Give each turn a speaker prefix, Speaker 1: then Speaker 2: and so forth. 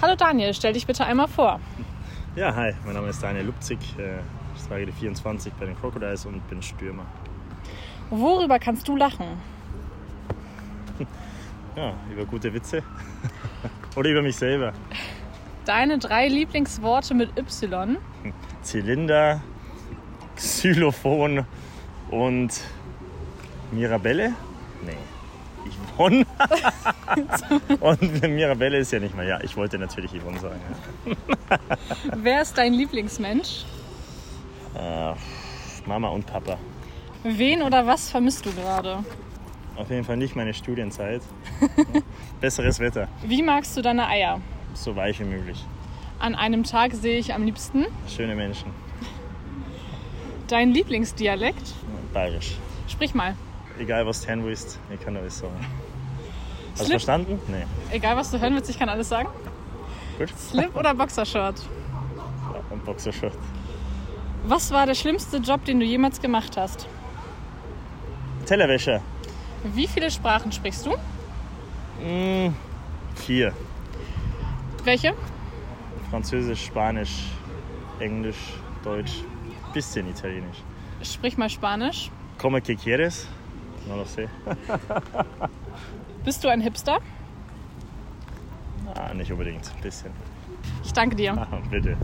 Speaker 1: Hallo Daniel, stell dich bitte einmal vor.
Speaker 2: Ja, hi, mein Name ist Daniel Lupzig. äh, Ich trage die 24 bei den Crocodiles und bin Stürmer.
Speaker 1: Worüber kannst du lachen?
Speaker 2: Ja, über gute Witze. Oder über mich selber.
Speaker 1: Deine drei Lieblingsworte mit Y.
Speaker 2: Zylinder, Xylophon und Mirabelle? Nee. Yvonne? und Mirabelle ist ja nicht mal, ja, ich wollte natürlich Yvonne sagen.
Speaker 1: Wer ist dein Lieblingsmensch?
Speaker 2: Ja. Äh, Mama und Papa.
Speaker 1: Wen oder was vermisst du gerade?
Speaker 2: Auf jeden Fall nicht meine Studienzeit. Besseres Wetter.
Speaker 1: Wie magst du deine Eier?
Speaker 2: So weich wie möglich.
Speaker 1: An einem Tag sehe ich am liebsten
Speaker 2: Schöne Menschen.
Speaker 1: dein Lieblingsdialekt.
Speaker 2: Bayerisch.
Speaker 1: Sprich mal.
Speaker 2: Egal was du hören willst, ich kann alles sagen. Hast du
Speaker 1: Slip.
Speaker 2: verstanden? Nee.
Speaker 1: Egal was du hören willst, ich kann alles sagen.
Speaker 2: Gut.
Speaker 1: Slip oder Boxershirt?
Speaker 2: Ja, und Boxershort.
Speaker 1: Was war der schlimmste Job, den du jemals gemacht hast?
Speaker 2: Tellerwäscher.
Speaker 1: Wie viele Sprachen sprichst du?
Speaker 2: Mm, vier.
Speaker 1: Welche?
Speaker 2: Französisch, Spanisch, Englisch, Deutsch, bisschen Italienisch.
Speaker 1: Sprich mal Spanisch.
Speaker 2: Como que quieres? No lo sé.
Speaker 1: Bist du ein Hipster?
Speaker 2: Ah, nicht unbedingt. Bisschen.
Speaker 1: Ich danke dir.
Speaker 2: Ah, bitte.